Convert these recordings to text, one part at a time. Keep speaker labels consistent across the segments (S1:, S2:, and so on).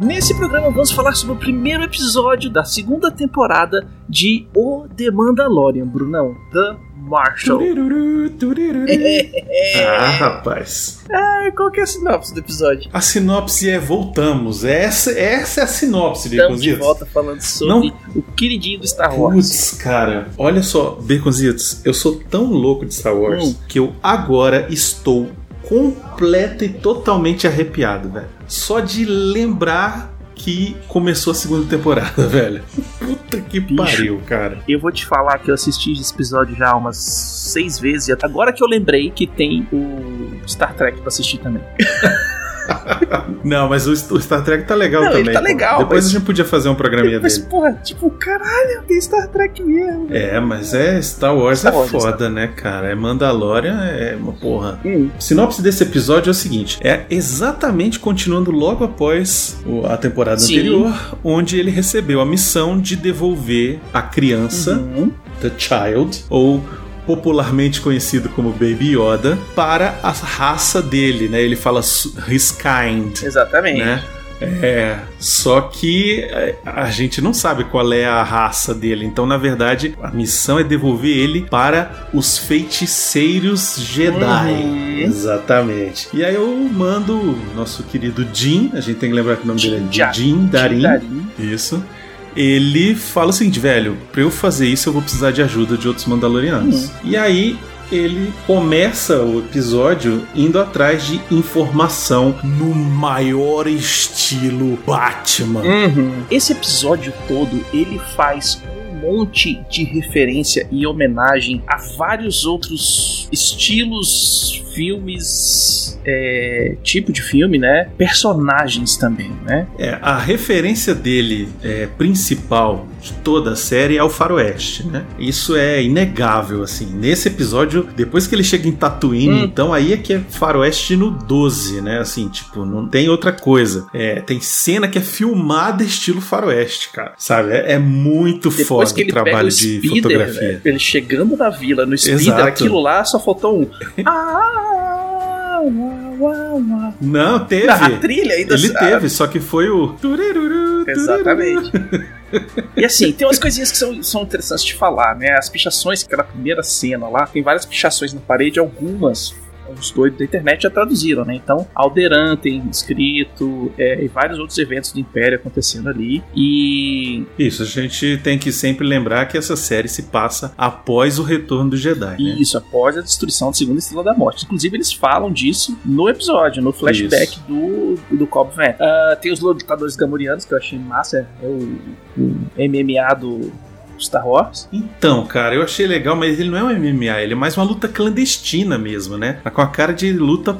S1: Nesse programa vamos falar sobre o primeiro episódio da segunda temporada de O The Mandalorian, Brunão. The Marshall.
S2: Tururu, tururu. Ah, rapaz.
S1: É, qual que é a sinopse do episódio?
S2: A sinopse é voltamos. Essa, essa é a sinopse,
S1: Estamos de
S2: Baconzitos.
S1: volta falando sobre o queridinho do Star Wars.
S2: Putz, cara. Olha só, Baconzitos, eu sou tão louco de Star Wars
S1: Hum.
S2: que eu agora estou completa e totalmente arrepiado, velho. Só de lembrar que começou a segunda temporada, velho. Puta que
S1: Bicho.
S2: pariu, cara.
S1: Eu vou te falar que eu assisti esse episódio já umas seis vezes. e Agora que eu lembrei que tem o Star Trek pra assistir também.
S2: Não, mas o o Star Trek tá legal
S1: Não, ele
S2: também.
S1: tá
S2: pô.
S1: legal,
S2: Depois
S1: mas-
S2: a gente podia fazer um programinha
S1: Mas,
S2: dele.
S1: porra, tipo, caralho, tem Star Trek mesmo.
S2: É, mas é Star Wars
S1: Star
S2: é
S1: Wars,
S2: foda, né, cara? É Mandalorian é uma porra.
S1: Hum,
S2: Sinopse desse episódio é o seguinte: é exatamente continuando logo após o- a temporada
S1: Sim.
S2: anterior, onde ele recebeu a missão de devolver a criança,
S1: uhum.
S2: The Child, ou popularmente conhecido como Baby Yoda, para a raça dele, né? Ele fala su- his kind
S1: Exatamente.
S2: né? É, só que é, a gente não sabe qual é a raça dele. Então, na verdade, a missão é devolver ele para os feiticeiros Jedi.
S1: Uhum.
S2: Exatamente. E aí eu mando o nosso querido Jim, a gente tem que lembrar que o nome dele
S1: Jin
S2: é Jim Darin.
S1: Darin.
S2: Isso. Ele fala o seguinte, velho, pra eu fazer isso eu vou precisar de ajuda de outros Mandalorianos. E aí ele começa o episódio indo atrás de informação no maior estilo Batman.
S1: Uhum. Esse episódio todo ele faz um monte de referência e homenagem a vários outros estilos, filmes, é, tipo de filme, né? Personagens também, né?
S2: É, a referência dele é, principal de toda a série é o faroeste, né? Isso é inegável, assim. Nesse episódio, depois que ele chega em Tatooine,
S1: Hum.
S2: então aí é que é faroeste no 12, né? Assim, tipo, não tem outra coisa. É, tem cena que é filmada estilo faroeste, cara. Sabe? É, é muito
S1: Depois
S2: foda
S1: que ele
S2: o trabalho
S1: pega o
S2: de
S1: Speeder,
S2: fotografia.
S1: né? ele chegando na vila no Speeder,
S2: Exato.
S1: aquilo lá só faltou um. Ah, uau, uau, uau.
S2: Não, teve.
S1: Não, a trilha ainda
S2: Ele
S1: ah,
S2: teve, só que foi o. turururu, turururu.
S1: Exatamente. E assim, tem umas coisinhas que são, são interessantes de falar, né? As pichações, aquela primeira cena lá, tem várias pichações na parede, algumas. Os doidos da internet já traduziram, né? Então, Alderan tem escrito é, e vários outros eventos do Império acontecendo ali. E
S2: Isso, a gente tem que sempre lembrar que essa série se passa após o retorno do Jedi, né?
S1: isso, após a destruição da segunda estrela da morte. Inclusive, eles falam disso no episódio, no flashback
S2: Isso.
S1: do, do Cobb Van. Ah, tem os lutadores gamorianos, que eu achei massa. É o, o MMA do Star Wars.
S2: Então, cara, eu achei legal, mas ele não é um MMA, ele é mais uma luta clandestina mesmo, né? Com a cara de luta.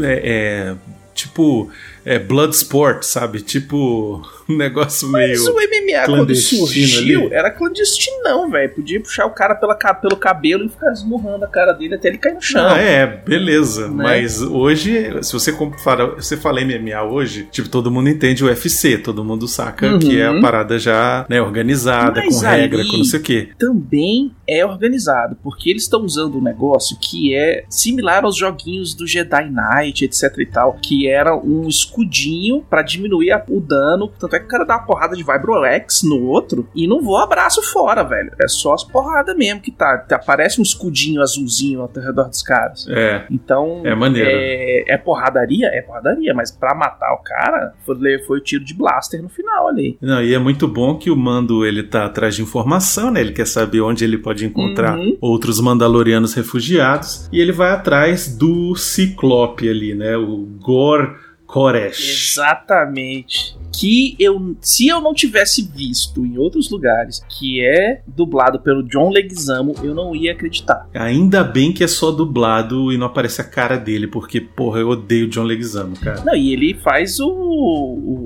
S2: é, é, tipo. É, blood sport, sabe? Tipo. Um negócio
S1: Mas o
S2: meio.
S1: MMA quando
S2: clandestino
S1: surgiu
S2: ali.
S1: era clandestinão, velho. Podia puxar o cara pela, ca- pelo cabelo e ficar esmurrando a cara dele até ele cair no chão.
S2: Ah, é, beleza.
S1: Né?
S2: Mas hoje, se você compara, se você fala MMA hoje, tipo, todo mundo entende o UFC, todo mundo saca
S1: Uhum.
S2: que é a parada já, né, organizada,
S1: Mas
S2: com regra,
S1: aí-
S2: com não sei o quê.
S1: Também é organizado, porque eles estão usando um negócio que é similar aos joguinhos do Jedi Knight, etc e tal, que era um escudinho pra diminuir a- o dano. Tanto é que o cara dá uma porrada de Vibrolex no outro e não voa abraço fora, velho. É só as porradas mesmo que tá. Aparece um escudinho azulzinho ao redor dos caras.
S2: É.
S1: Então.
S2: É maneiro.
S1: É, é porradaria? É porradaria, mas pra matar o cara, foi, foi o tiro de blaster no final ali.
S2: Não, e é muito bom que o Mando ele tá atrás de informação, né? Ele quer saber onde ele pode encontrar
S1: Uhum.
S2: outros Mandalorianos refugiados e ele vai atrás do Ciclope ali, né? O Gore Koresh.
S1: Exatamente. Que eu, se eu não tivesse visto em outros lugares, que é dublado pelo John Leguizamo, eu não ia acreditar.
S2: Ainda bem que é só dublado e não aparece a cara dele, porque, porra, eu odeio John Leguizamo, cara.
S1: Não, e ele faz o,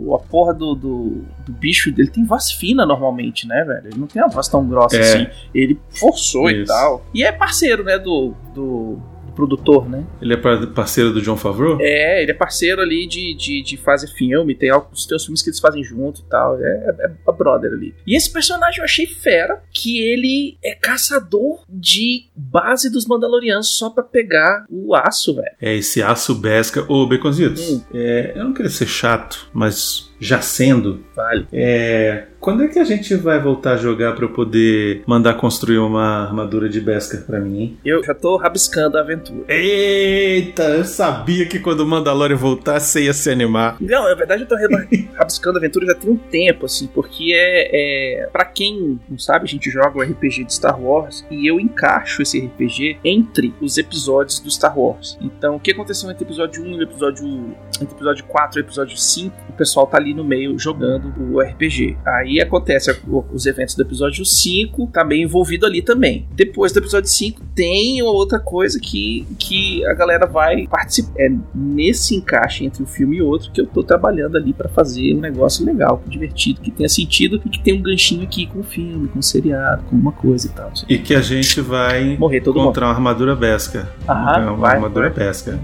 S1: o- a porra do, do, do bicho. Ele tem voz fina normalmente, né, velho? Ele não tem uma voz tão grossa
S2: É.
S1: assim. Ele forçou e
S2: Isso.
S1: tal. E é parceiro, né, do, do, do produtor, né?
S2: Ele é par- parceiro do John Favreau?
S1: É, ele é parceiro ali de, de, de fazer filme, tem alguns tem os filmes que eles fazem junto e tal. É, é, é a brother ali. E esse personagem eu achei fera, que ele é caçador de base dos Mandalorianos só pra pegar o aço, velho.
S2: É esse aço besca. Ô, Baconzitos,
S1: Hum.
S2: é, eu não queria ser chato, mas já sendo,
S1: Vale.
S2: é, quando é que a gente vai voltar a jogar pra eu poder mandar construir uma armadura de besca pra mim, hein?
S1: Eu já tô rabiscando a aventura.
S2: Eita, eu sabia que quando o Mandalorian voltar, você ia se animar.
S1: Não, na verdade eu tô reba- rabiscando a aventura já tem um tempo, assim, porque é, é. Pra quem não sabe, a gente joga o RPG de Star Wars e eu encaixo esse RPG entre os episódios do Star Wars. Então, o que aconteceu entre o episódio 1 e o episódio entre o episódio 4 e o episódio 5, o pessoal tá ali no meio jogando o RPG. Aí acontece o- os eventos do episódio 5, tá meio envolvido ali também. Depois do episódio 5, tem uma outra coisa que, que a galera vai participar. É nesse encaixe entre um filme e outro que eu tô trabalhando ali pra fazer um negócio legal, divertido, que tenha sentido e que tenha um ganchinho aqui com o filme, com o seriado, com alguma coisa e tal. não sei.
S2: E que a gente vai
S1: Morrer todo mundo.
S2: encontrar uma armadura besca.
S1: Ah,
S2: é uma
S1: vai,
S2: armadura
S1: vai.
S2: pesca.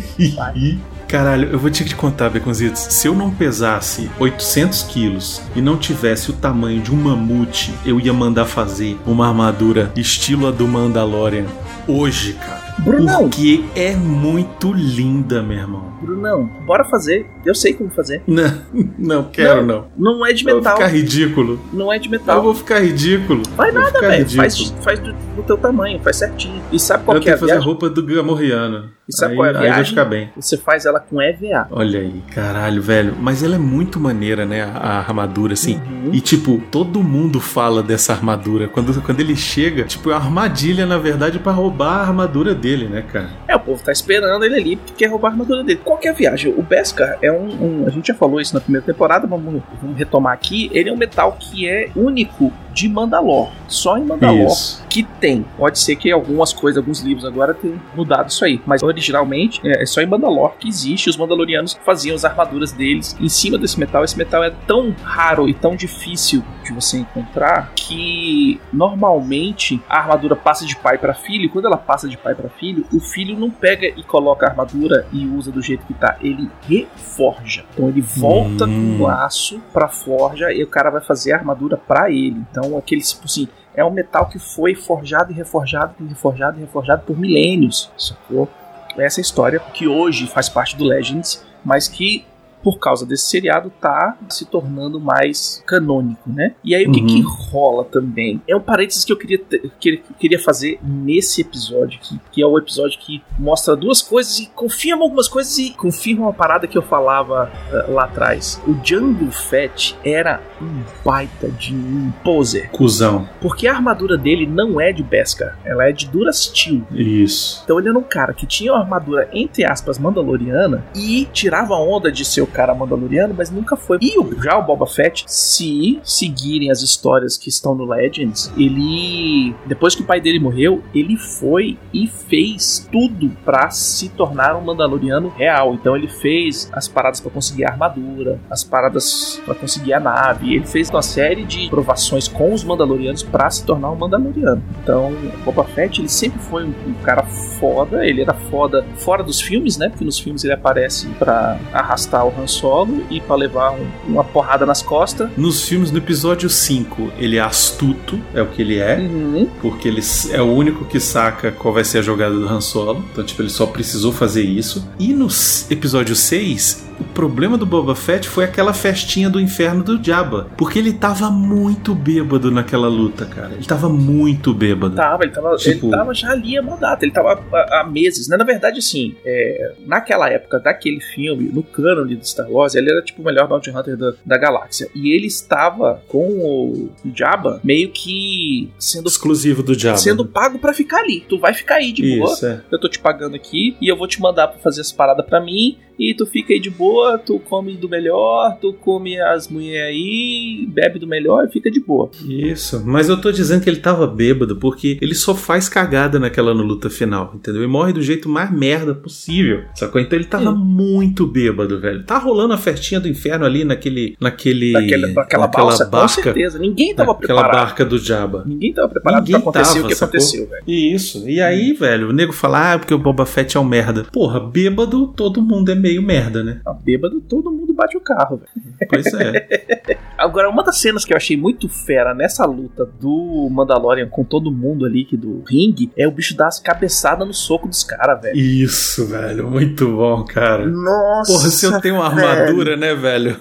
S2: Caralho, eu vou te te contar, Beconzitos. Se eu não pesasse 800 quilos e não tivesse o tamanho de um mamute, eu ia mandar fazer uma armadura estilo a do Mandalorian hoje, cara.
S1: Brunão,
S2: Porque é muito linda, meu irmão.
S1: Brunão, bora fazer. Eu sei como fazer.
S2: Não, não quero não.
S1: Não é de
S2: Eu vou
S1: metal.
S2: ficar ridículo.
S1: Não é de
S2: Eu
S1: metal.
S2: vou ficar ridículo.
S1: Faz
S2: nada,
S1: Véi, faz, faz do, do teu tamanho, faz certinho. E sabe qual
S2: Eu
S1: que é a
S2: tenho que fazer a
S1: viagem?
S2: roupa do Gamorreano.
S1: E sabe
S2: aí,
S1: qual é a
S2: Aí vai
S1: viagem?
S2: ficar bem.
S1: Você faz ela com EVA.
S2: Olha aí, caralho, velho. Mas ela é muito maneira, né? A, a armadura, assim.
S1: Uhum.
S2: E, tipo, todo mundo fala dessa armadura. Quando, quando ele chega, tipo, é uma armadilha, na verdade, pra roubar a armadura dele, né, cara?
S1: É, o povo tá esperando ele ali porque quer roubar a armadura dele. Qual que é a viagem? O Beskar é um, um- A gente já falou isso na primeira temporada, vamos, vamos retomar aqui. Ele é um metal que é único de Mandalor. Só em Mandalor
S2: Isso.
S1: que tem. Pode ser que algumas coisas, alguns livros agora tenham mudado isso aí. Mas originalmente é é só em Mandalor que existe. Os Mandalorianos faziam as armaduras deles em cima desse metal. Esse metal é tão raro e tão difícil de você encontrar que normalmente a armadura passa de pai para filho. E Quando ela passa de pai para filho, o filho não pega e coloca a armadura e usa do jeito que tá. Ele reforja. Então ele volta
S2: Hum.
S1: com o aço pra forja e o cara vai fazer a armadura pra ele. Então aquele tipo assim, é um metal que foi forjado e reforjado e reforjado e reforjado por milênios, sacou? Essa é a história que hoje faz parte do Legends, mas que por causa desse seriado tá se tornando mais canônico, né? E aí o que,
S2: Uhum.
S1: que rola também? É um parênteses que eu queria, ter- que, que eu queria fazer nesse episódio aqui, que é o episódio que mostra duas coisas e confirma algumas coisas e confirma uma parada que eu falava eh, lá atrás. O Django Fett era um baita de um poser.
S2: Cusão.
S1: Porque a armadura dele não é de Beskar, ela é de Durastil.
S2: Isso.
S1: Então ele era um cara que tinha uma armadura, entre aspas, mandaloriana e tirava onda de ser o cara mandaloriano, mas nunca foi. E o, já o Boba Fett, se seguirem as histórias que estão no Legends, ele. Depois que o pai dele morreu, ele foi e fez tudo pra se tornar um mandaloriano real. Então ele fez as paradas pra conseguir a armadura, as paradas pra conseguir a nave. Ele fez uma série de provações com os mandalorianos pra se tornar um mandaloriano. Então, Boba Fett, ele sempre foi um, um cara foda, ele era foda fora dos filmes, né? Porque nos filmes ele aparece pra arrastar o Han Solo e pra levar um- uma porrada nas costas.
S2: Nos filmes, no episódio 5, ele é astuto, é o que ele é,
S1: Uhum.
S2: porque ele s- é o único que saca qual vai ser a jogada do Han Solo. Então, tipo, ele só precisou fazer isso. E no s- episódio 6, o problema do Boba Fett foi aquela festinha do inferno do Jabba. Porque ele tava muito bêbado naquela luta, cara. Ele tava muito bêbado.
S1: Tava, ele tava,
S2: Tipo-
S1: ele tava já ali há uma data, ele tava há, há meses, né? Na verdade, assim, é, naquela época daquele filme, no cânone do Star Wars, ele era tipo o melhor Bounty Hunter da, da galáxia. E ele estava com o Jabba meio que sendo,
S2: Exclusivo do Jabba.
S1: sendo pago pra ficar ali. Tu vai ficar aí de boa,
S2: Isso, é.
S1: eu tô te pagando aqui e eu vou te mandar pra fazer as paradas pra mim e tu fica aí de boa, tu come do melhor, tu come as mulheres aí, bebe do melhor e fica de boa.
S2: Isso. Mas eu tô dizendo que ele tava bêbado porque ele só faz cagada naquela luta final, entendeu? E morre do jeito mais merda possível. Sacou? Então ele tava
S1: Hum.
S2: muito bêbado, velho. Tá rolando a festinha do inferno ali naquele. naquele
S1: Daquela, daquela
S2: naquela
S1: balsa, com
S2: barca. né?
S1: certeza. Ninguém tava
S2: Aquela
S1: preparado.
S2: barca do Jabba.
S1: Ninguém tava preparado
S2: Ninguém
S1: pra acontecer
S2: tava,
S1: o que
S2: sacou?
S1: aconteceu, velho.
S2: Isso. E aí, velho, o nego fala, ah, porque o Boba Fett é um merda. Porra, bêbado, todo mundo é meio merda, né?
S1: Não, Tá Bêbado, todo mundo bate o carro, velho.
S2: Pois é.
S1: Agora, uma das cenas que eu achei muito fera nessa luta do Mandalorian com todo mundo ali que do ringue é o bicho dar as cabeçadas no soco dos caras, velho.
S2: Isso, velho. Muito bom, cara.
S1: Nossa,
S2: Porra, se eu tenho uma armadura, né, velho?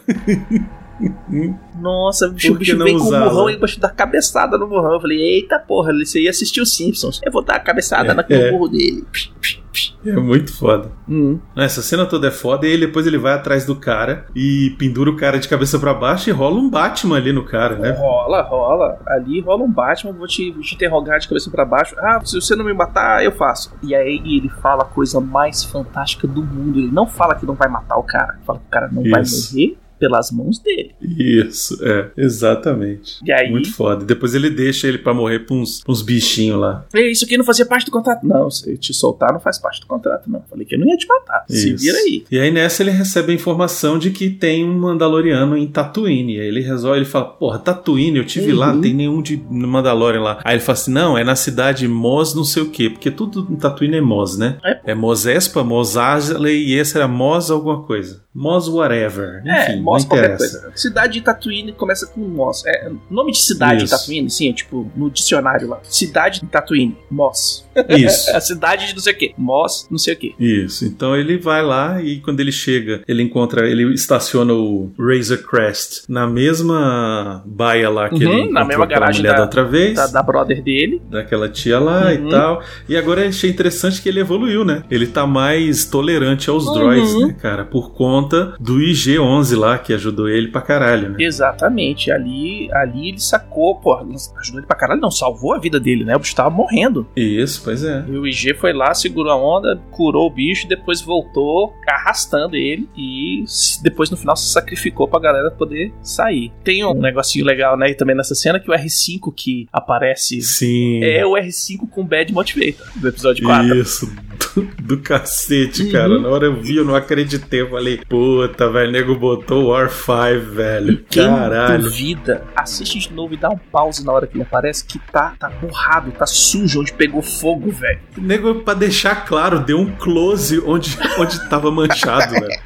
S1: nossa, o bicho,
S2: Por
S1: o
S2: que
S1: bicho
S2: não
S1: vem com o
S2: usá-la?
S1: morrão e o bicho dá cabeçada no morrão. Eu falei, eita porra, você ia assistir o Simpsons. Eu vou dar a cabeçada
S2: É,
S1: na naquele
S2: é.
S1: burro dele. Psh, psh, psh.
S2: É muito foda.
S1: Hum.
S2: Essa cena toda é foda e aí depois ele vai atrás do cara e pendura o cara de cabeça pra baixo e rola um Batman ali no cara, né?
S1: Rola, rola. Ali rola um Batman, vou te, vou te interrogar de cabeça pra baixo. Ah, se você não me matar, eu faço. E aí ele fala a coisa mais fantástica do mundo. Ele não fala que não vai matar o cara. Fala que o cara não vai
S2: Isso.
S1: morrer pelas mãos dele.
S2: Isso, é. Exatamente.
S1: E aí?
S2: Muito foda. E Depois ele deixa ele pra morrer pra uns, uns bichinhos lá.
S1: Ei, "É Isso aqui não fazia parte do contrato. Não, se eu te soltar não faz parte do contrato, não. Falei que eu não ia te matar. Se
S2: Isso.
S1: vira aí.
S2: E aí nessa ele recebe a informação de que tem um Mandaloriano em Tatooine. Aí ele resolve, ele fala, porra, Tatooine, eu tive lá,
S1: Uhum.
S2: tem nenhum de Mandalorian lá. Aí ele fala assim, não, é na cidade Mos não sei o quê, porque tudo em Tatooine é Mos, né? É, Mos Espa, Mos Eisley, e esse era Mos alguma coisa. Mos whatever, enfim,
S1: é,
S2: não
S1: mostra qualquer
S2: interessa.
S1: coisa. Cidade de Tatooine começa com Moss. É, nome de cidade
S2: Isso.
S1: de Tatooine, sim, é tipo no dicionário lá. Cidade de Tatooine, Moss.
S2: Isso.
S1: É a cidade de não sei o quê. Moss, não sei o quê.
S2: Isso, então ele vai lá e quando ele chega, ele encontra, ele estaciona o Razor Crest na mesma baia lá que
S1: Uhum,
S2: ele
S1: na
S2: encontrou
S1: mesma
S2: aquela
S1: garagem
S2: mulher
S1: da-
S2: da outra vez.
S1: da, da brother dele.
S2: daquela tia lá
S1: Uhum.
S2: e tal. E agora eu achei interessante que ele evoluiu, né? Ele tá mais tolerante aos droids,
S1: Uhum.
S2: né, cara? Por conta do IG-11 lá, que ajudou ele pra caralho, né?
S1: Exatamente. Ali, ali ele sacou, pô, ajudou ele pra caralho, não, salvou a vida dele, né? O bicho tava morrendo.
S2: Isso, pois é.
S1: E o IG foi lá, segurou a onda, curou o bicho, depois voltou arrastando ele e s- depois no final se sacrificou pra galera poder sair. Tem um negocinho legal, né? E também nessa cena que o R5 que aparece
S2: Sim.
S1: é o R5 com Bad Motivator do episódio 4.
S2: Isso, do, do cacete,
S1: Uhum.
S2: cara. Na hora eu vi, eu não acreditei. Eu falei, puta, velho, o nego botou o R5, velho.
S1: Quem
S2: Caralho.
S1: duvida, assiste de novo e dá um pause na hora que ele aparece, que tá, tá borrado, tá sujo, onde pegou fogo, velho.
S2: O nego, pra deixar claro, deu um close onde, onde tava manchado, velho.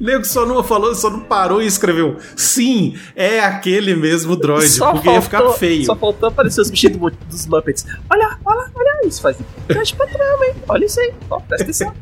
S2: O nego só não falou, só não parou e escreveu. Sim, é aquele mesmo droid, porque ia ficar feio.
S1: Só faltou aparecer os bichinhos do- dos Muppets. Olha, olha, olha isso. Faz Preste pra trama, hein? Olha isso aí. Ó, presta atenção.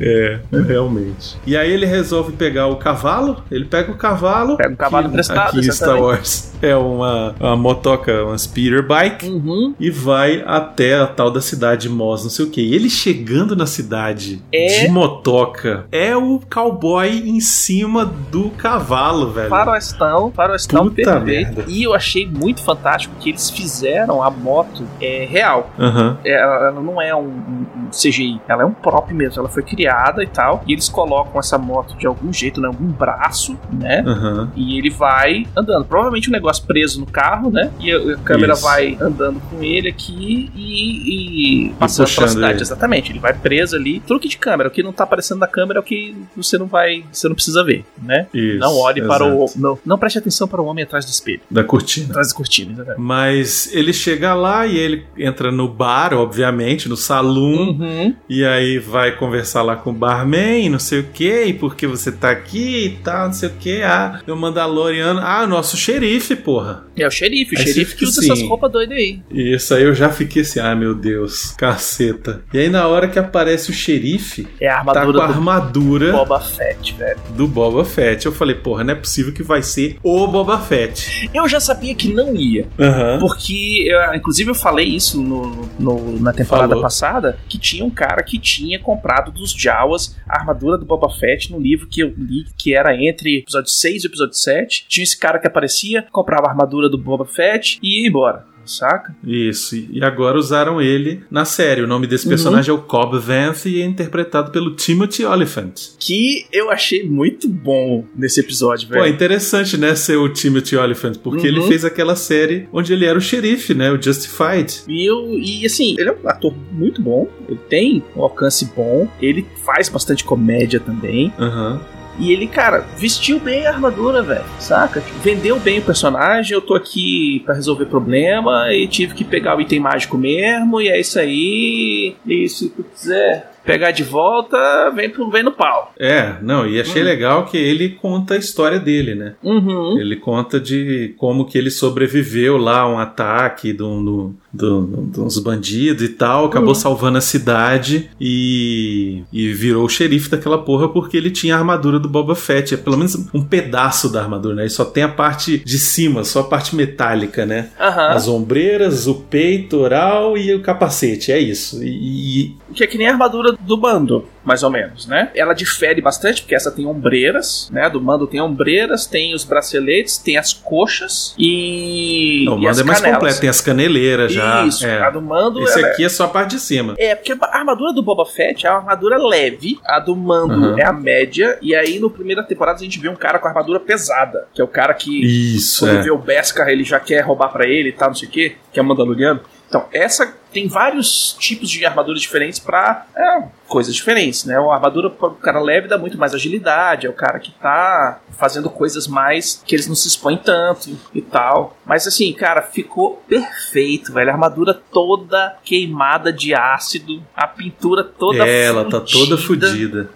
S2: É, realmente. E aí ele resolve pegar o cavalo, ele pega o cavalo.
S1: Pega um cavalo
S2: que
S1: emprestado,
S2: Aqui em Star
S1: exatamente.
S2: Wars é uma, uma motoca, uma speeder bike.
S1: Uhum.
S2: E vai até a tal da cidade Mos, não sei o que. E ele chegando na cidade
S1: É.
S2: de motoca é o cowboy em cima do cavalo, velho.
S1: Faroestão, faroestão
S2: Puta
S1: perfeito.
S2: merda.
S1: E eu achei muito fantástico que eles fizeram a moto é, real.
S2: Aham.
S1: Ela, ela não é um, um- um CGI, ela é um prop mesmo. Ela foi criada e tal. E eles colocam essa moto de algum jeito, né? Algum braço, né?
S2: Aham.
S1: E ele vai andando. Provavelmente um negócio preso no carro, né? E a, a câmera
S2: Isso.
S1: vai andando com ele aqui e, e passando pela
S2: puxando
S1: cidade.
S2: ele.
S1: Exatamente. Ele vai preso ali. Truque de câmera. O que não tá aparecendo na câmera é o que você não vai. Você não precisa ver, né?
S2: Isso.
S1: não olhe para o.
S2: exato.
S1: Não, não preste atenção para o homem atrás do né? espelho.
S2: Da cortina.
S1: Atrás da cortina, exatamente.
S2: Mas ele chega lá e ele entra no bar bar, obviamente, no saloon.
S1: Uhum.
S2: E aí vai conversar lá com o barman, não sei o que, e por que você tá aqui e tal, não sei o que. Ah, o Mandaloriano. Ah, nosso xerife, porra.
S1: É o xerife, o
S2: Aí você
S1: xerife que
S2: fica
S1: usa
S2: assim.
S1: essas roupas doidas aí.
S2: E isso aí eu já fiquei assim, ah, meu Deus, caceta. E aí na hora que aparece o xerife,
S1: É a
S2: tá com
S1: armadura
S2: a
S1: do
S2: armadura
S1: Boba Fett, velho.
S2: do Boba Fett. Eu falei, porra, não é possível que vai ser o Boba Fett.
S1: Eu já sabia que não ia.
S2: Aham.
S1: Porque, eu- inclusive, eu falei isso no, no- na temporada
S2: Falou.
S1: passada, que tinha um cara que tinha comprado dos Jawas a armadura do Boba Fett no livro que eu li, que era entre episódio 6 e episódio 7. Tinha esse cara que aparecia, comprava a armadura do Boba Fett e ia embora. Saca?
S2: Isso, e agora usaram ele na série. O nome desse
S1: Uhum.
S2: personagem é o Cobb Vanth e é interpretado pelo Timothy Oliphant.
S1: Que eu achei muito bom nesse episódio,
S2: Pô, é
S1: velho.
S2: interessante, né, ser o Timothy Oliphant, porque
S1: Uhum.
S2: ele fez aquela série onde ele era o xerife, né, o Justified.
S1: E, eu, e assim, ele é um ator muito bom, ele tem um alcance bom, ele faz bastante comédia também.
S2: Aham.
S1: E ele, cara, vestiu bem a armadura, velho, saca? Tipo, vendeu bem o personagem, eu tô aqui pra resolver problema e tive que pegar o item mágico mesmo, e é isso aí. E se tu quiser pegar de volta, vem, pro- vem no pau.
S2: É, não, e achei
S1: Hum.
S2: legal que ele conta a história dele, né?
S1: Uhum.
S2: Ele conta de como que ele sobreviveu lá a um ataque de, um- do- do- do- de uns bandidos e tal, acabou
S1: Uhum.
S2: salvando a cidade e, e virou o xerife daquela porra porque ele tinha a armadura do Boba Fett, é pelo menos um pedaço da armadura, né? Ele só tem a parte de cima, só a parte metálica, né?
S1: Aham.
S2: As ombreiras, o peitoral e o capacete, é isso. E, e-
S1: O Que é que nem a armadura do bando, mais ou menos, né? Ela difere bastante, porque essa tem ombreiras, né? A Do mando tem ombreiras, tem os braceletes, tem as coxas e.
S2: não, o
S1: e
S2: mando
S1: as
S2: é mais
S1: canelas.
S2: completo, tem as caneleiras já.
S1: Isso,
S2: é.
S1: a do mando
S2: Esse
S1: ela é-
S2: aqui é só a parte de cima.
S1: É, porque a armadura do Boba Fett é uma armadura leve, a do Mando
S2: Aham.
S1: é a média, e aí no primeira temporada a gente vê um cara com a armadura pesada, que é o cara que
S2: Isso,
S1: quando
S2: é.
S1: vê o Beskar ele já quer roubar pra ele e tal, não sei o que, que é Mandaloriano. Então, essa tem vários tipos de armaduras diferentes pra é, coisas diferentes, né? A armadura pro cara leve dá muito mais agilidade, é o cara que tá fazendo coisas mais que eles não se expõem tanto e tal. Mas assim, cara, ficou perfeito, velho. A armadura toda queimada de ácido, a pintura toda
S2: Ela tá toda fudida.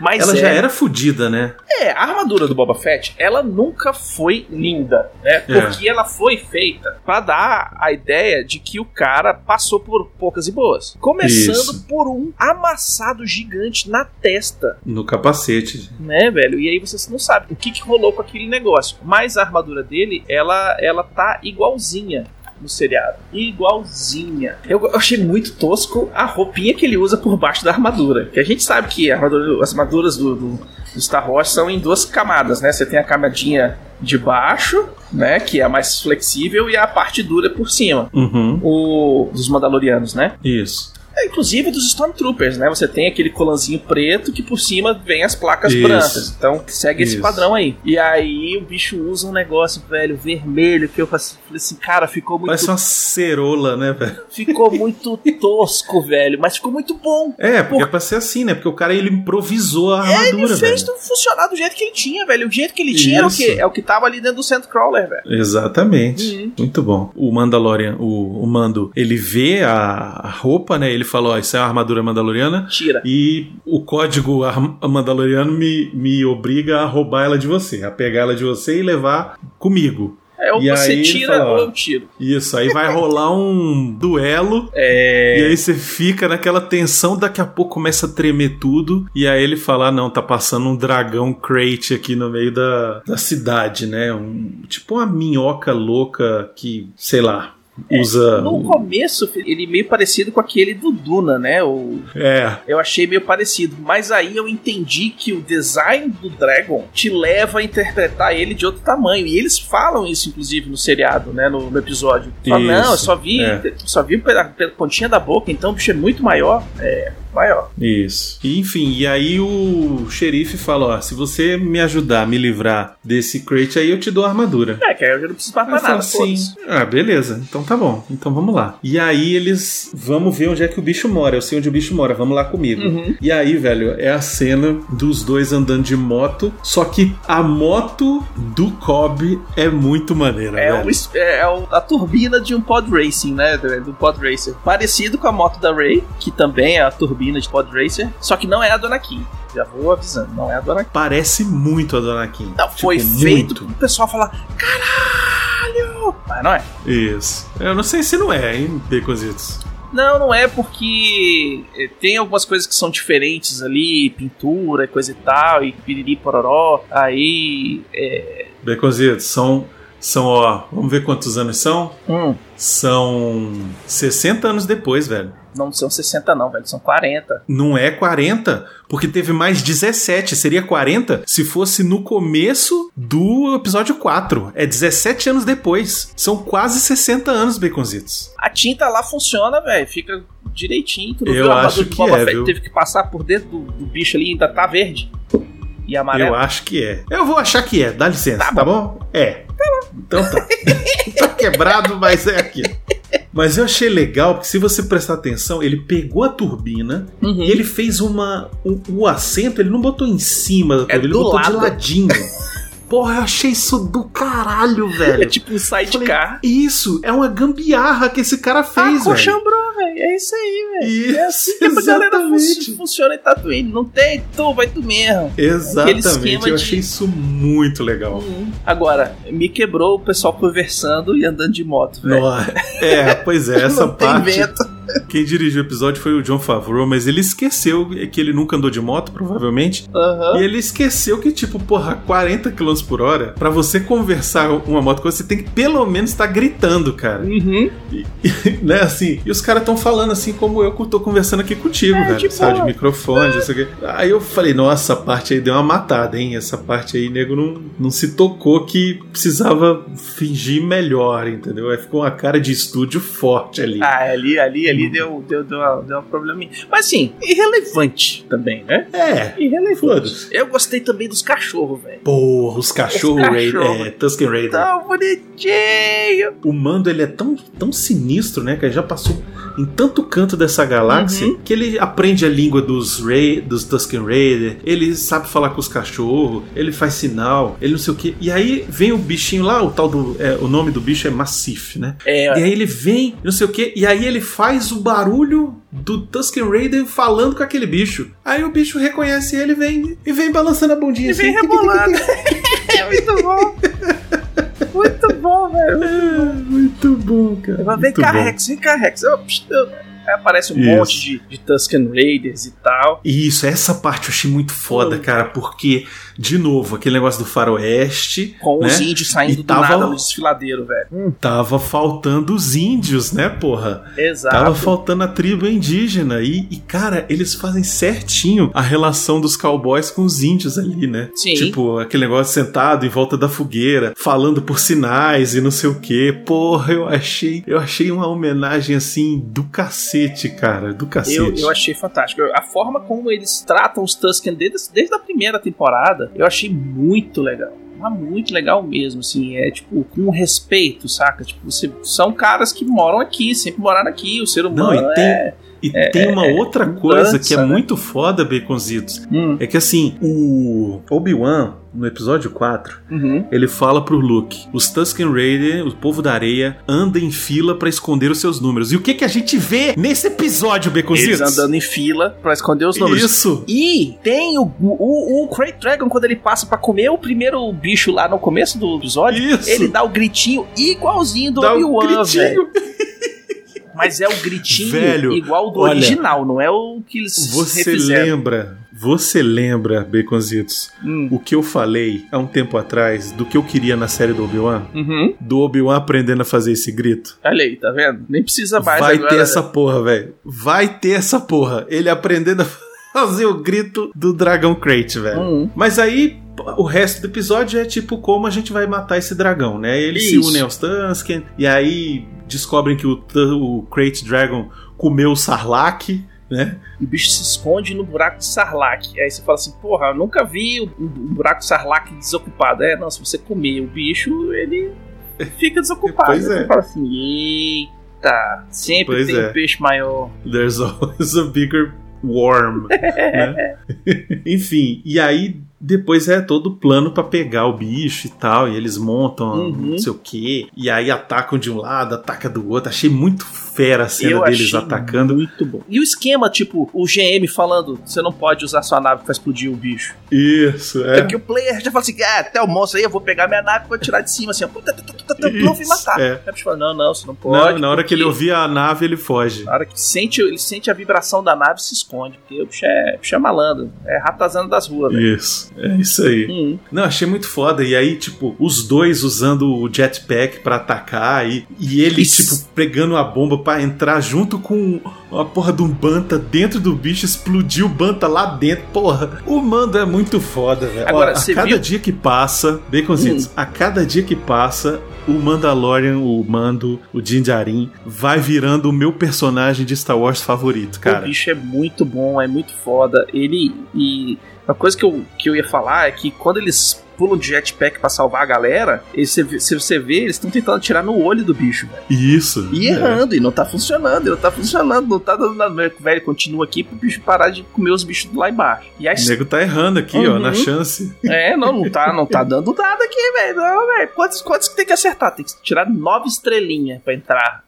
S1: Mas
S2: Ela
S1: é,
S2: já era fudida, né?
S1: é, a armadura do Boba Fett, ela nunca foi linda, né?
S2: É.
S1: Porque ela foi feita pra dar a ideia de que o cara passou por poucas e boas. Começando
S2: Isso.
S1: por um amassado gigante na testa,
S2: No capacete.
S1: né, velho? E aí você não sabe o que, que rolou com aquele negócio. Mas a armadura dele, ela, ela tá igualzinha no seriado. Igualzinha. Eu, eu achei muito tosco a roupinha que ele usa por baixo da armadura. Que a gente sabe que a armadura- as armaduras do, do- do Star Wars são em duas camadas, né? Você tem a camadinha de baixo, né? Que é a mais flexível, e a parte dura por cima.
S2: Uhum.
S1: O, dos Mandalorianos, né?
S2: Isso.
S1: É, inclusive dos Stormtroopers, né? Você tem aquele colanzinho preto que por cima vem as placas
S2: Isso.
S1: brancas. Então segue esse
S2: Isso.
S1: padrão aí. E aí o bicho usa um negócio, velho, vermelho, que eu faço- falei assim, cara, ficou muito,
S2: Parece uma cerola, né, velho?
S1: ficou muito tosco, velho, mas ficou muito bom.
S2: É, porque
S1: Por- É,
S2: é pra ser assim, né? Porque o cara ele improvisou a armadura,
S1: Ele fez
S2: velho.
S1: tudo funcionar do jeito que ele tinha, velho. O jeito que ele tinha era o
S2: Isso.
S1: quê? É o que tava ali dentro do Sandcrawler, velho.
S2: Exatamente.
S1: Uhum.
S2: Muito bom. O Mandalorian, o, o Mando, ele vê a, a roupa, né? Ele fala, ó, isso é uma armadura mandaloriana.
S1: Tira.
S2: E o código ar- mandaloriano me, me obriga a roubar ela de você, a pegar ela de você e levar comigo.
S1: É ou
S2: E aí
S1: você
S2: ele
S1: tira
S2: fala, ó,
S1: ou eu tiro.
S2: Isso, aí vai rolar um duelo.
S1: É.
S2: E aí você fica naquela tensão, daqui a pouco começa a tremer tudo. E aí ele fala: "Ah, não, tá passando um dragão crate aqui no meio da, da cidade, né? Um, tipo uma minhoca louca que, sei lá,
S1: É,
S2: usa.
S1: No começo, ele é meio parecido com aquele do Duna, né? O
S2: É,
S1: Eu achei meio parecido, mas aí eu entendi que o design do Dragon te leva a interpretar ele de outro tamanho. E eles falam isso, inclusive, no seriado, né? No, no episódio. Fala,
S2: Isso,
S1: não, eu só vi,
S2: é.
S1: só vi pela, pela pontinha da boca, então o bicho é muito maior. É, maior.
S2: Isso. E, enfim, e aí o xerife fala: ó, se você me ajudar a me livrar desse crate aí, eu te dou a armadura.
S1: É, que aí eu já não preciso
S2: Aí
S1: matar
S2: fala
S1: nada,
S2: assim,
S1: foda-se.
S2: ah, beleza, então tá bom, então vamos lá. E aí eles, vamos ver onde é que o bicho mora, eu sei onde o bicho mora, vamos lá comigo.
S1: Uhum.
S2: E aí, velho, é a cena dos dois andando de moto, só que a moto do Cobb é muito maneira,
S1: É,
S2: velho.
S1: o es- é, é o- a turbina de um pod racing, né? Do, do pod racer. Parecido com a moto da Ray, que também é a turbina de pod racer, só que não é a Dona Kim. Já vou avisando, não é a Dona Kim.
S2: Parece muito a Dona Kim.
S1: Não,
S2: Tipo,
S1: foi feito
S2: muito.
S1: pro pessoal falar, caralho!
S2: Ah,
S1: Mas não é.
S2: Isso. Eu não sei se não é, hein, Becositos.
S1: Não, não é porque eh, tem algumas coisas que são diferentes ali, pintura, e coisa e tal, e piriri pororó. Aí. É,
S2: Becositos, são, são, ó, vamos ver quantos anos são?
S1: hum,
S2: São 60 anos depois, velho.
S1: não são 60, não, velho, são 40.
S2: Não é 40, porque teve mais 17. Seria 40 se fosse no começo do episódio 4. É 17 anos depois. São quase 60 anos, Baconzitos.
S1: A tinta lá funciona, velho, fica direitinho. Tu não
S2: Eu
S1: viu a armadura
S2: acho
S1: do
S2: que
S1: Boba
S2: é,
S1: Fett
S2: viu?
S1: Teve que passar por dentro do, do bicho ali, ainda tá verde e
S2: Eu
S1: amarelo.
S2: acho que é. Eu vou achar que é, dá licença, tá,
S1: Tá
S2: bom? É. Então tá. tá quebrado, mas é aqui. Mas eu achei legal, porque se você prestar atenção, ele pegou a turbina
S1: Uhum.
S2: E ele fez uma. O, o assento, ele não botou em cima da torre, ele
S1: É do
S2: botou de
S1: lado.
S2: ladinho. Porra, eu achei isso do caralho, velho.
S1: É tipo um
S2: Falei,
S1: sidecar.
S2: Isso, é uma gambiarra que esse cara
S1: Ah,
S2: fez, velho.
S1: coxambrou, velho. É isso aí, velho.
S2: Isso,
S1: É assim que a galera
S2: exatamente.
S1: fun- funciona em Tatooine. Não tem, tu, vai tu mesmo.
S2: Exatamente,
S1: esquema
S2: eu
S1: de-
S2: achei isso muito legal.
S1: Agora, me quebrou o pessoal conversando e andando de moto, velho.
S2: Nó- É, pois é, essa
S1: Não tem
S2: parte.
S1: vento.
S2: Quem dirigiu o episódio foi o John Favreau, mas ele esqueceu que ele nunca andou de moto, provavelmente.
S1: Aham.
S2: E ele esqueceu que, tipo, porra, 40 km por hora, pra você conversar uma moto com você, tem que pelo menos estar gritando, cara.
S1: Uhum.
S2: né, assim. E os caras tão falando assim como eu tô conversando aqui contigo,
S1: É,
S2: velho.
S1: de
S2: sabe, de
S1: boa.
S2: microfone, não sei o quê. Aí eu falei, nossa, essa parte aí deu uma matada, hein? Essa parte aí, nego, não, não se tocou que precisava fingir melhor, entendeu? Aí ficou uma cara de estúdio forte ali.
S1: Ah, ali, ali,
S2: Uhum.
S1: ali deu, deu, deu, uma, deu um probleminha. Mas assim, irrelevante também, né?
S2: É,
S1: Irrelevante.
S2: foda-se.
S1: Eu gostei também dos cachorros, velho.
S2: Porra, os cachorros Raider,
S1: cachorro.
S2: é, Tusken Raider.
S1: Tão bonitinho.
S2: O Mando ele é tão, tão sinistro, né? Que ele já passou em tanto canto dessa galáxia
S1: Uhum.
S2: que ele aprende a língua dos Ray, dos Tusken Raider, ele sabe falar com os cachorros, ele faz sinal, ele não sei o que. E aí vem o bichinho lá, o tal do. é, o nome do bicho é Massif, né?
S1: É,
S2: E aí ele vem, não sei o que, e aí ele faz o barulho do Tusken Raider falando com aquele bicho. Aí o bicho reconhece ele e vem e vem balançando a bundinha
S1: E
S2: assim.
S1: vem rebolando. é muito bom. Muito bom, velho.
S2: É, muito bom, cara.
S1: Vem
S2: muito
S1: cá,
S2: bom.
S1: Rex, vem cá, Rex. Eu- psh, eu- Aí aparece um
S2: Isso.
S1: monte de, de Tusken Raiders e tal.
S2: E Isso, essa parte eu achei muito foda,
S1: Hum.
S2: cara, porque, de novo, aquele negócio do faroeste,
S1: Com os
S2: Né?
S1: índios saindo
S2: E tava-
S1: do nada no desfiladeiro, velho.
S2: tava faltando os índios, né, porra?
S1: Exato.
S2: Tava faltando a tribo indígena. E, e, cara, eles fazem certinho a relação dos cowboys com os índios ali, né?
S1: Sim.
S2: Tipo, aquele negócio sentado em volta da fogueira, falando por sinais e não sei o quê. Porra, eu achei, eu achei uma homenagem, assim, do cacete, cara, do cacete.
S1: Eu, eu achei fantástico. Eu- A forma como eles tratam os Tusken desde, desde a primeira temporada, eu achei muito legal. Mas muito legal mesmo, assim. É tipo, com respeito, saca? Tipo, você, são caras que moram aqui, sempre moraram aqui. O ser humano.
S2: Não, e tem-
S1: é-
S2: E tem uma outra coisa que é
S1: né?
S2: muito foda, Baconzitos,
S1: Hum,
S2: É que assim, o Obi-Wan, no episódio 4,
S1: uhum.
S2: ele fala pro Luke: os Tusken Raider, o povo da areia, anda em fila pra esconder os seus números. E o que que a gente vê nesse episódio,
S1: Eles
S2: Beconzitos?
S1: andando em fila pra esconder os números.
S2: Isso!
S1: E tem o, o, o Great Dragon, quando ele passa pra comer o primeiro bicho lá no começo do episódio,
S2: Isso!
S1: ele dá o gritinho igualzinho do
S2: Dá um
S1: Obi-Wan, velho.
S2: gritinho.
S1: Mas é o gritinho
S2: Velho,
S1: igual do
S2: olha,
S1: original, não é o que eles
S2: Você
S1: refizeram.
S2: lembra, você lembra, Baconzitos,
S1: Hum.
S2: o que eu falei há um tempo atrás do que eu queria na série do Obi-Wan?
S1: Uhum.
S2: Do Obi-Wan aprendendo a fazer esse grito?
S1: Olha aí, tá vendo? Nem precisa mais
S2: Vai
S1: agora. né?
S2: ter essa porra, velho. Vai ter essa porra. Ele aprendendo a fazer o grito do Dragon Crate, velho.
S1: Uhum.
S2: Mas aí o resto do episódio é tipo como a gente vai matar esse dragão, né? Eles se
S1: Isso.
S2: unem aos Tusken e aí descobrem que o, Tu- o Crate Dragon comeu o Sarlacc. né?
S1: E o bicho se esconde no buraco de Sarlacc. Aí você fala assim, porra, eu nunca vi um, um buraco de Sarlacc desocupado. É, não, se você comer o bicho, ele fica desocupado.
S2: Pois
S1: Aí
S2: é.
S1: Você fala assim, eita, sempre
S2: Pois
S1: tem
S2: é.
S1: um peixe maior.
S2: There's always a bigger worm. né? Enfim, e aí depois é todo o plano pra pegar o bicho e tal, e eles montam
S1: Uhum.
S2: não sei o quê, e aí atacam de um lado, ataca do outro. Achei muito fera a cena
S1: Eu
S2: deles
S1: achei
S2: atacando.
S1: Muito bom. E o esquema, tipo, o GM falando, você não pode usar sua nave pra explodir o bicho.
S2: Isso,
S1: É.
S2: é.
S1: Porque o player já fala assim: ah, até o monstro aí, eu vou pegar minha nave e vou tirar de cima, assim, ó. Puta, tu, tu, tu, tu, tu, não vou
S2: Isso,
S1: matar.
S2: é.
S1: Aí o bicho fala: não, não, você não pode.
S2: Na, na hora que ele ouvir a nave, ele foge.
S1: Na hora que sente, ele sente a vibração da nave e se esconde, porque o bicho é, o bicho é malandro, é ratazana das ruas, né?
S2: Isso, é isso aí.
S1: Hum.
S2: Não, achei muito foda. E aí, tipo, os dois usando o jetpack pra atacar e, e ele,
S1: Isso.
S2: tipo, pregando a bomba pra entrar junto com a porra de um Banta dentro do bicho, explodiu o Banta lá dentro. Porra, o mando é muito foda, velho.
S1: Agora,
S2: Ó, a
S1: você
S2: cada
S1: viu- Hum.
S2: dia que passa, Baconzitos, a cada dia que passa, o Mandalorian, o Mando, o Jinjarin, vai virando o meu personagem de Star Wars favorito,
S1: O
S2: cara.
S1: bicho é muito bom, é muito foda. Ele. E uma coisa que eu, que eu ia falar é que quando eles pulam de jetpack pra salvar a galera, eles- se você- se você vê, eles estão tentando atirar no olho do bicho, velho.
S2: Isso.
S1: E
S2: é.
S1: errando, e não tá funcionando, e não tá funcionando, não tá dando nada. Velho, continua aqui pro bicho parar de comer os bichos lá embaixo. E a
S2: O nego tá errando aqui, ó,
S1: Uhum.
S2: na chance.
S1: É, não, não tá, não tá dando nada aqui, velho. Não, velho. Quantos, quantos que tem que acertar? Tem que tirar nove estrelinhas pra entrar.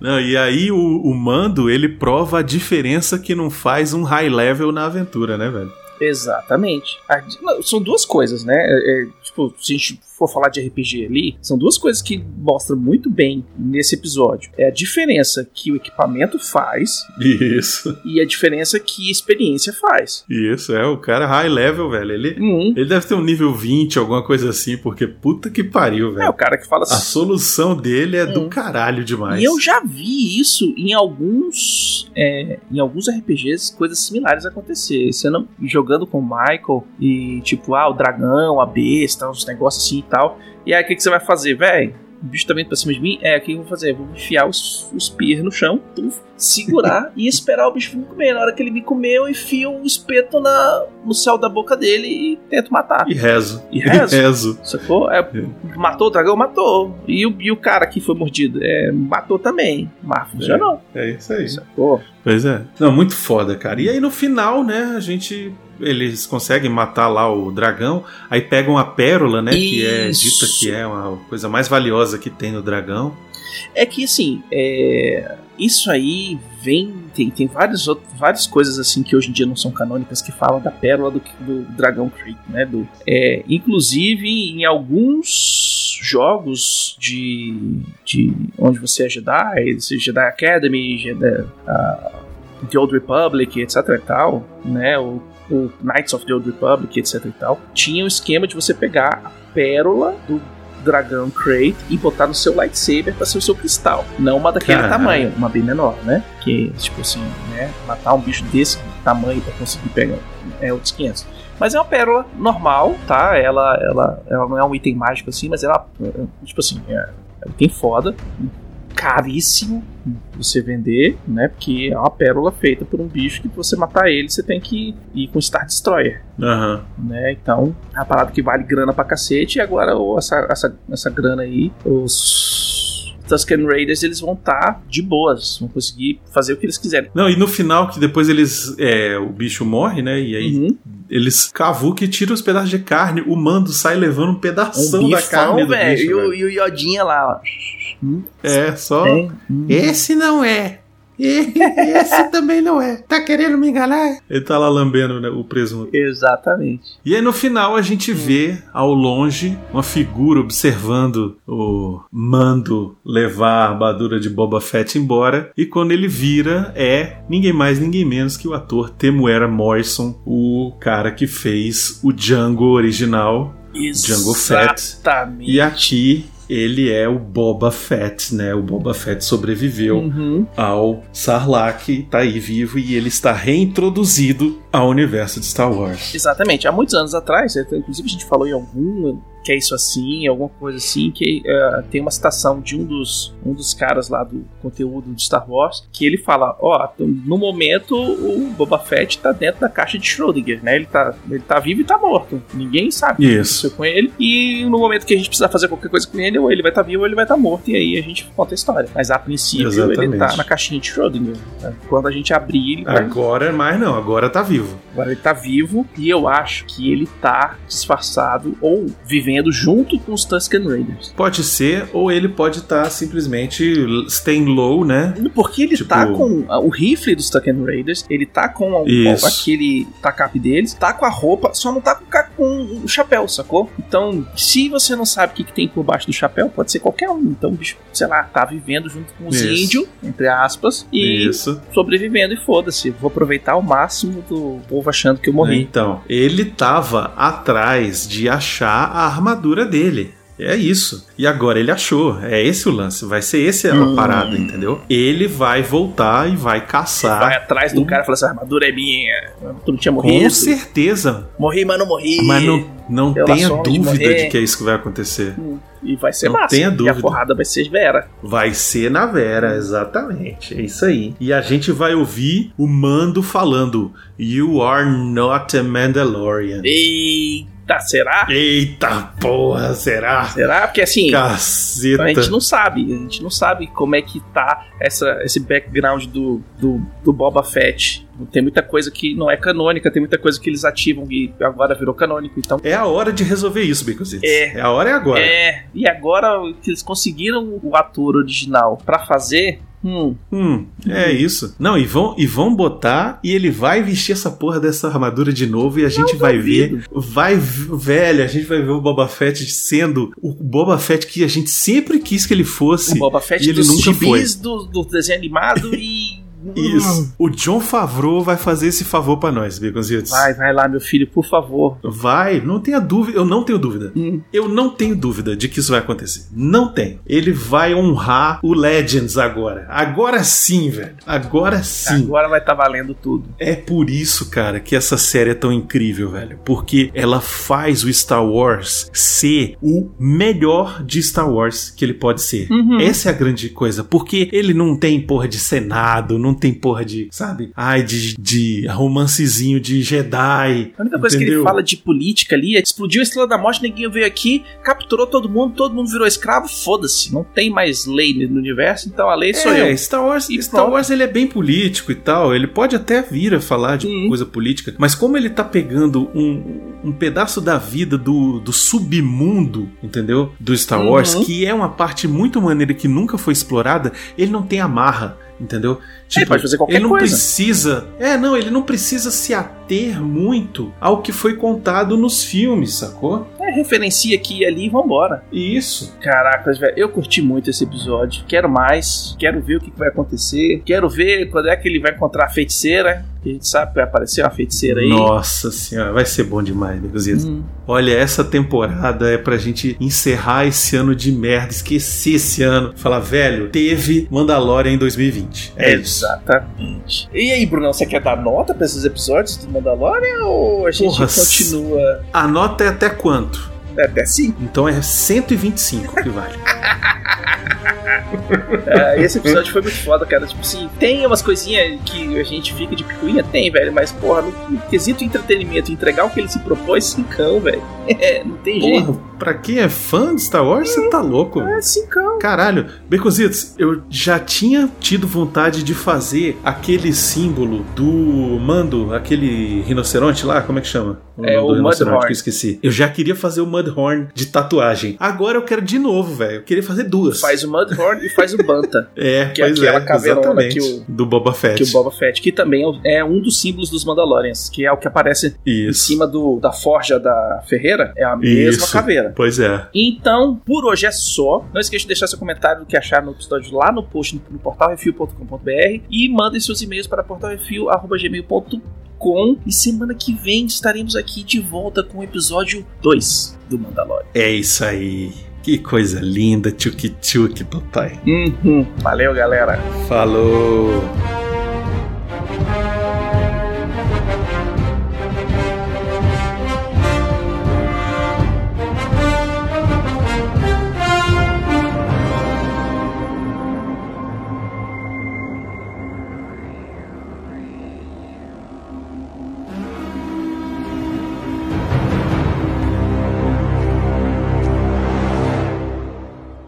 S2: Não, e aí o, o mando, ele prova a diferença que não faz um high level na aventura, né, velho?
S1: Exatamente. A- não, são duas coisas, né? É, é, tipo, se a gente for falar de RPG ali, são duas coisas que mostram muito bem nesse episódio. É a diferença que o equipamento faz
S2: Isso.
S1: e a diferença que a experiência faz.
S2: Isso, é, o cara high level, velho. Ele,
S1: Hum.
S2: ele deve ter um nível 20, alguma coisa assim, porque puta que pariu,
S1: É o
S2: velho.
S1: cara que fala
S2: A
S1: assim.
S2: solução dele é
S1: Hum.
S2: do caralho demais.
S1: E eu já vi isso em alguns é, em alguns RPGs, coisas similares acontecer. Você não, jogando com o Michael e tipo, ah, o dragão, a besta, uns negócios assim e tal. E aí o que, que você vai fazer, velho? O bicho também pra cima de mim? É, o que eu vou fazer? Eu Vou enfiar os, os pier no chão, tuf, segurar e esperar o bicho me comer. Na hora que ele me comer, eu enfio o espeto na, no céu da boca dele e tento matar.
S2: E rezo.
S1: E rezo.
S2: rezo.
S1: Sacou? É, matou o dragão? Matou. E o, e o cara que foi mordido? É, matou também. Mas funcionou.
S2: É isso aí.
S1: Sacou?
S2: Pois é. Não, muito foda, cara. E aí no final, né, a gente. Eles conseguem matar lá o dragão, aí pegam a pérola, né? Que é
S1: Isso.
S2: dita que é uma coisa mais valiosa que tem no dragão.
S1: É que assim, é, isso aí vem. Tem, tem várias, outras, várias coisas assim que hoje em dia não são canônicas que falam da pérola do, do Dragão Creek, né? Do, é, inclusive em alguns jogos de, de onde você é Jedi, esse Jedi Academy, Jedi, ah, The Old Republic, etc e tal, né? O, o Knights of the Old Republic, etc e tal, tinha um esquema de você pegar a pérola do dragão crate e botar no seu lightsaber pra ser o seu cristal. Não uma daquele
S2: Caralho.
S1: tamanho, uma bem menor, né? Que, tipo assim, né? Matar um bicho desse tamanho pra conseguir pegar é outros 500. Mas é uma pérola normal, tá? Ela, ela, ela não é um item mágico assim, mas ela, é, tipo assim, é, é um item foda, caríssimo você vender, né? Porque é uma pérola feita por um bicho que pra você matar ele, você tem que ir com Star Destroyer
S2: Aham.
S1: né? Então, é uma parada que vale grana pra cacete, e agora ô, essa, essa, essa grana aí, os Tusken Raiders, eles vão estar de boas, vão conseguir fazer o que eles quiserem.
S2: Não, e no final, que depois eles. é, o bicho morre, né? E aí
S1: Uhum.
S2: eles cavucam e tiram os pedaços de carne. O mando sai levando um pedação
S1: Um
S2: da carne
S1: bifão,
S2: do
S1: velho,
S2: bicho.
S1: e, o-
S2: velho.
S1: e o Iodinha lá, ó.
S2: É, só.
S1: É. Hum.
S2: Esse não é. Esse também não é. Tá querendo me enganar? Ele tá lá lambendo né, o presunto.
S1: Exatamente.
S2: E aí no final a gente vê ao longe uma figura observando o Mando levar a armadura de Boba Fett embora e quando ele vira é ninguém mais ninguém menos que o ator Temuera Morrison, o cara que fez o Django original, Django Fett.
S1: Exatamente.
S2: E aqui ele é o Boba Fett, né? O Boba Fett sobreviveu
S1: Uhum.
S2: ao Sarlacc, tá aí vivo e ele está reintroduzido ao universo de Star Wars.
S1: Exatamente. Há muitos anos atrás, inclusive a gente falou em algum que é isso assim, alguma coisa assim, que uh, tem uma citação de um dos, um dos caras lá do conteúdo de Star Wars, que ele fala, ó, oh, no momento o Boba Fett tá dentro da caixa de Schrödinger, né? Ele tá, ele tá vivo e tá morto. Ninguém sabe
S2: isso. o que aconteceu
S1: com ele. E no momento que a gente precisar fazer qualquer coisa com ele, ou ele vai estar tá vivo ou ele vai estar tá morto. E aí a gente conta a história. Mas a princípio Exatamente. ele tá na caixinha de Schrödinger. Né? Quando a gente abrir...
S2: É,
S1: Ele
S2: Agora, vai... mas não, agora tá vivo.
S1: Agora ele tá vivo e eu acho que ele tá disfarçado ou vivendo junto com os Tusken Raiders.
S2: Pode ser, ou ele pode estar tá simplesmente staying low, né?
S1: Porque ele tipo... tá com o rifle dos Tusken Raiders, ele tá com o, aquele tacape deles, tá com a roupa, só não tá com, com, o chapéu, sacou? Então, se você não sabe o que, que, tem por baixo do chapéu, pode ser qualquer um. Então, bicho, sei lá, tá vivendo junto com os índios, entre aspas, e
S2: né?
S1: Isso. sobrevivendo e foda-se. Vou aproveitar ao máximo do povo achando que eu morri.
S2: Então, ele tava atrás de achar a arma armadura dele. É isso. E agora ele achou. É esse o lance. Vai ser esse a hum. parada, entendeu? Ele vai voltar e vai caçar.
S1: Ele vai atrás do um... cara e fala: essa armadura é minha. Tu não tinha morrido?
S2: Ah, Com certeza.
S1: Morri, mas não morri.
S2: Mas não, não Eu tenha dúvida de, de, que é isso que vai acontecer. Hum.
S1: E vai ser não massa. Tenha dúvida. E a porrada vai ser Vera.
S2: Vai ser na Vera, exatamente. É isso aí. E a gente vai ouvir o Mando falando: You are not a Mandalorian.
S1: Eita. Eita, será?
S2: Eita porra, será?
S1: Será? Porque assim,
S2: Caceta.
S1: a gente não sabe, a gente não sabe como é que tá essa, esse background do, do, do Boba Fett. Tem muita coisa que não é canônica, tem muita coisa que eles ativam e agora virou canônico, então...
S2: É a hora de resolver isso, Bicositos.
S1: É.
S2: é. A hora é agora.
S1: É, e agora que eles conseguiram o ator original para fazer, Hum.
S2: hum. é isso. Não, e vão, e vão botar e ele vai vestir essa porra dessa armadura de novo e a gente não vai duvido. ver. Vai, velho, a gente vai ver o Boba Fett sendo o Boba Fett que a gente sempre quis que ele fosse.
S1: O Boba Fett
S2: e ele
S1: dos
S2: nunca foi.
S1: Do, do desenho animado e.
S2: Isso. O John Favreau vai fazer esse favor para nós, Baconzitos.
S1: Vai, vai lá, meu filho, por favor.
S2: Vai, não tenha dúvida. Eu não tenho dúvida. Hum. Eu não tenho dúvida de que isso vai acontecer. Não tenho. Ele vai honrar o Legends agora. Agora sim, velho. Agora sim.
S1: Agora vai estar tá valendo tudo.
S2: É por isso, cara, que essa série é tão incrível, velho. Porque ela faz o Star Wars ser o melhor de Star Wars que ele pode ser. Uhum. Essa é a grande coisa. Porque ele não tem porra de Senado, não tem porra de, sabe? Ai, de, de romancezinho de Jedi.
S1: A única coisa entendeu? que ele fala de política ali é explodiu a Estrela da Morte, ninguém veio aqui, capturou todo mundo, todo mundo virou escravo, foda-se. Não tem mais lei no universo, então a lei é, sou eu.
S2: Star Wars, e Star pronto. Wars ele é bem político e tal, ele pode até vir a falar de uhum. coisa política, mas como ele tá pegando um, um pedaço da vida do, do submundo, entendeu? Do Star uhum. Wars, que é uma parte muito maneira que nunca foi explorada, ele não tem amarra entendeu?
S1: Tipo, ele pode fazer qualquer
S2: ele não
S1: coisa.
S2: precisa. É, não, ele não precisa se ater muito ao que foi contado nos filmes, sacou?
S1: É, referencia aqui e ali e vambora.
S2: Isso.
S1: Caracas, velho, eu curti muito esse episódio. Quero mais, quero ver o que vai acontecer, quero ver quando é que ele vai encontrar a feiticeira. A gente sabe que vai aparecer uma feiticeira aí. Uhum.
S2: Nossa senhora, vai ser bom demais, Negozito. Né, hum. Olha, essa temporada é pra gente encerrar esse ano de merda, esquecer esse ano. Falar, velho, teve Mandalorian em 2020. É
S1: Exatamente. Isso. E aí, Brunão, você quer dar nota pra esses episódios do Mandalorian ou a gente Porra, continua?
S2: A nota é até quanto?
S1: É até 5.
S2: Então é 125 que vale.
S1: é, esse episódio foi muito foda, cara. Tipo assim, tem umas coisinhas que a gente fica de picuinha? Tem, velho. Mas, porra, no, no quesito entretenimento, entregar o que ele se propôs, cincão, velho. É, não tem porra, jeito.
S2: Pra quem é fã de Star Wars, você é, tá louco.
S1: É, cincão.
S2: Caralho. Beconzitos, eu já tinha tido vontade de fazer aquele símbolo do Mando, aquele rinoceronte lá, como é que chama?
S1: O é, o Mudhorn.
S2: Que eu esqueci. Eu já queria fazer o Mudhorn de tatuagem. Agora eu quero de novo, velho. Eu queria fazer duas.
S1: Faz o Mudhorn e faz o Banta.
S2: é,
S1: que é aquela
S2: é,
S1: caveirona que o,
S2: do Boba Fett.
S1: Que o Boba Fett, que também é um dos símbolos dos Mandalorians, que é o que aparece
S2: Isso. em
S1: cima do, da forja da Ferreira. É a mesma Isso. caveira.
S2: Pois é.
S1: Então, por hoje é só. Não esqueça de deixar seu comentário do que achar no episódio lá no post no, portalrefil.com.br e mandem seus e-mails para portalrefil.gmail.com com e semana que vem estaremos aqui de volta com o episódio 2 do Mandalorian.
S2: É isso aí. Que coisa linda, tchuk tchuk, papai.
S1: Uhum. Valeu, galera.
S2: Falou.